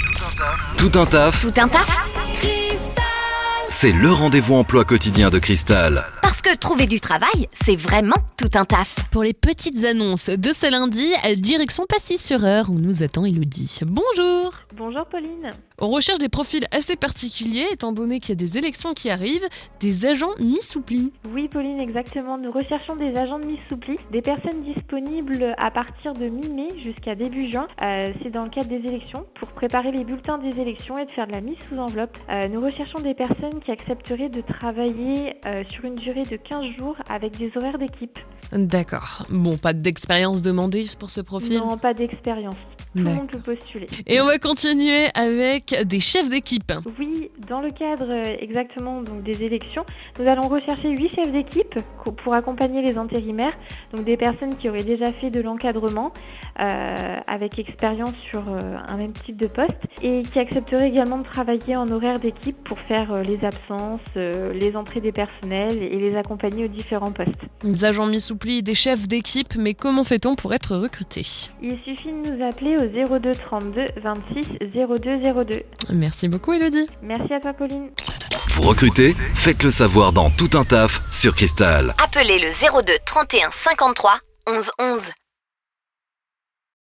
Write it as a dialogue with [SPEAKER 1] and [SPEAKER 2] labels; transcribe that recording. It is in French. [SPEAKER 1] Tout un taf,
[SPEAKER 2] Tout un taf
[SPEAKER 1] c'est le rendez-vous emploi quotidien de Cristal.
[SPEAKER 2] Parce que trouver du travail, c'est vraiment tout un taf.
[SPEAKER 3] Pour les petites annonces de ce lundi, direction Passy-sur-Eure où nous attend Elodie. Bonjour
[SPEAKER 4] Bonjour Pauline.
[SPEAKER 3] On recherche des profils assez particuliers étant donné qu'il y a des élections qui arrivent, des agents mi-souplis.
[SPEAKER 4] Oui Pauline, exactement. Nous recherchons des agents de mi-soupli, des personnes disponibles à partir de mi-mai jusqu'à début juin. Euh, C'est dans le cadre des élections pour préparer les bulletins des élections et de faire de la mise sous enveloppe. Euh, nous recherchons des personnes qui accepteraient de travailler euh, sur une durée de 15 jours avec des horaires d'équipe.
[SPEAKER 3] D'accord. Bon, pas d'expérience demandée pour ce profil.
[SPEAKER 4] Non, pas d'expérience. Tout le
[SPEAKER 3] D'accord.
[SPEAKER 4] monde peut postuler.
[SPEAKER 3] Et on va continuer avec des chefs d'équipe.
[SPEAKER 4] Oui, dans le cadre euh, exactement donc, des élections, nous allons rechercher huit chefs d'équipe co- pour accompagner les intérimaires, donc des personnes qui auraient déjà fait de l'encadrement euh, avec expérience sur euh, un même type de poste et qui accepteraient également de travailler en horaire d'équipe pour faire euh, les absences, euh, les entrées des personnels et les accompagner aux différents postes.
[SPEAKER 3] Des agents mi-souplis, des chefs d'équipe, mais comment fait-on pour être recruté
[SPEAKER 4] Il suffit de nous appeler au 02 32 26 02 02.
[SPEAKER 3] Merci beaucoup Elodie.
[SPEAKER 4] Merci à toi Pauline.
[SPEAKER 1] Vous recrutez Faites le savoir dans Tout un taf sur Cristal.
[SPEAKER 2] Appelez le 02 31 53 11 11.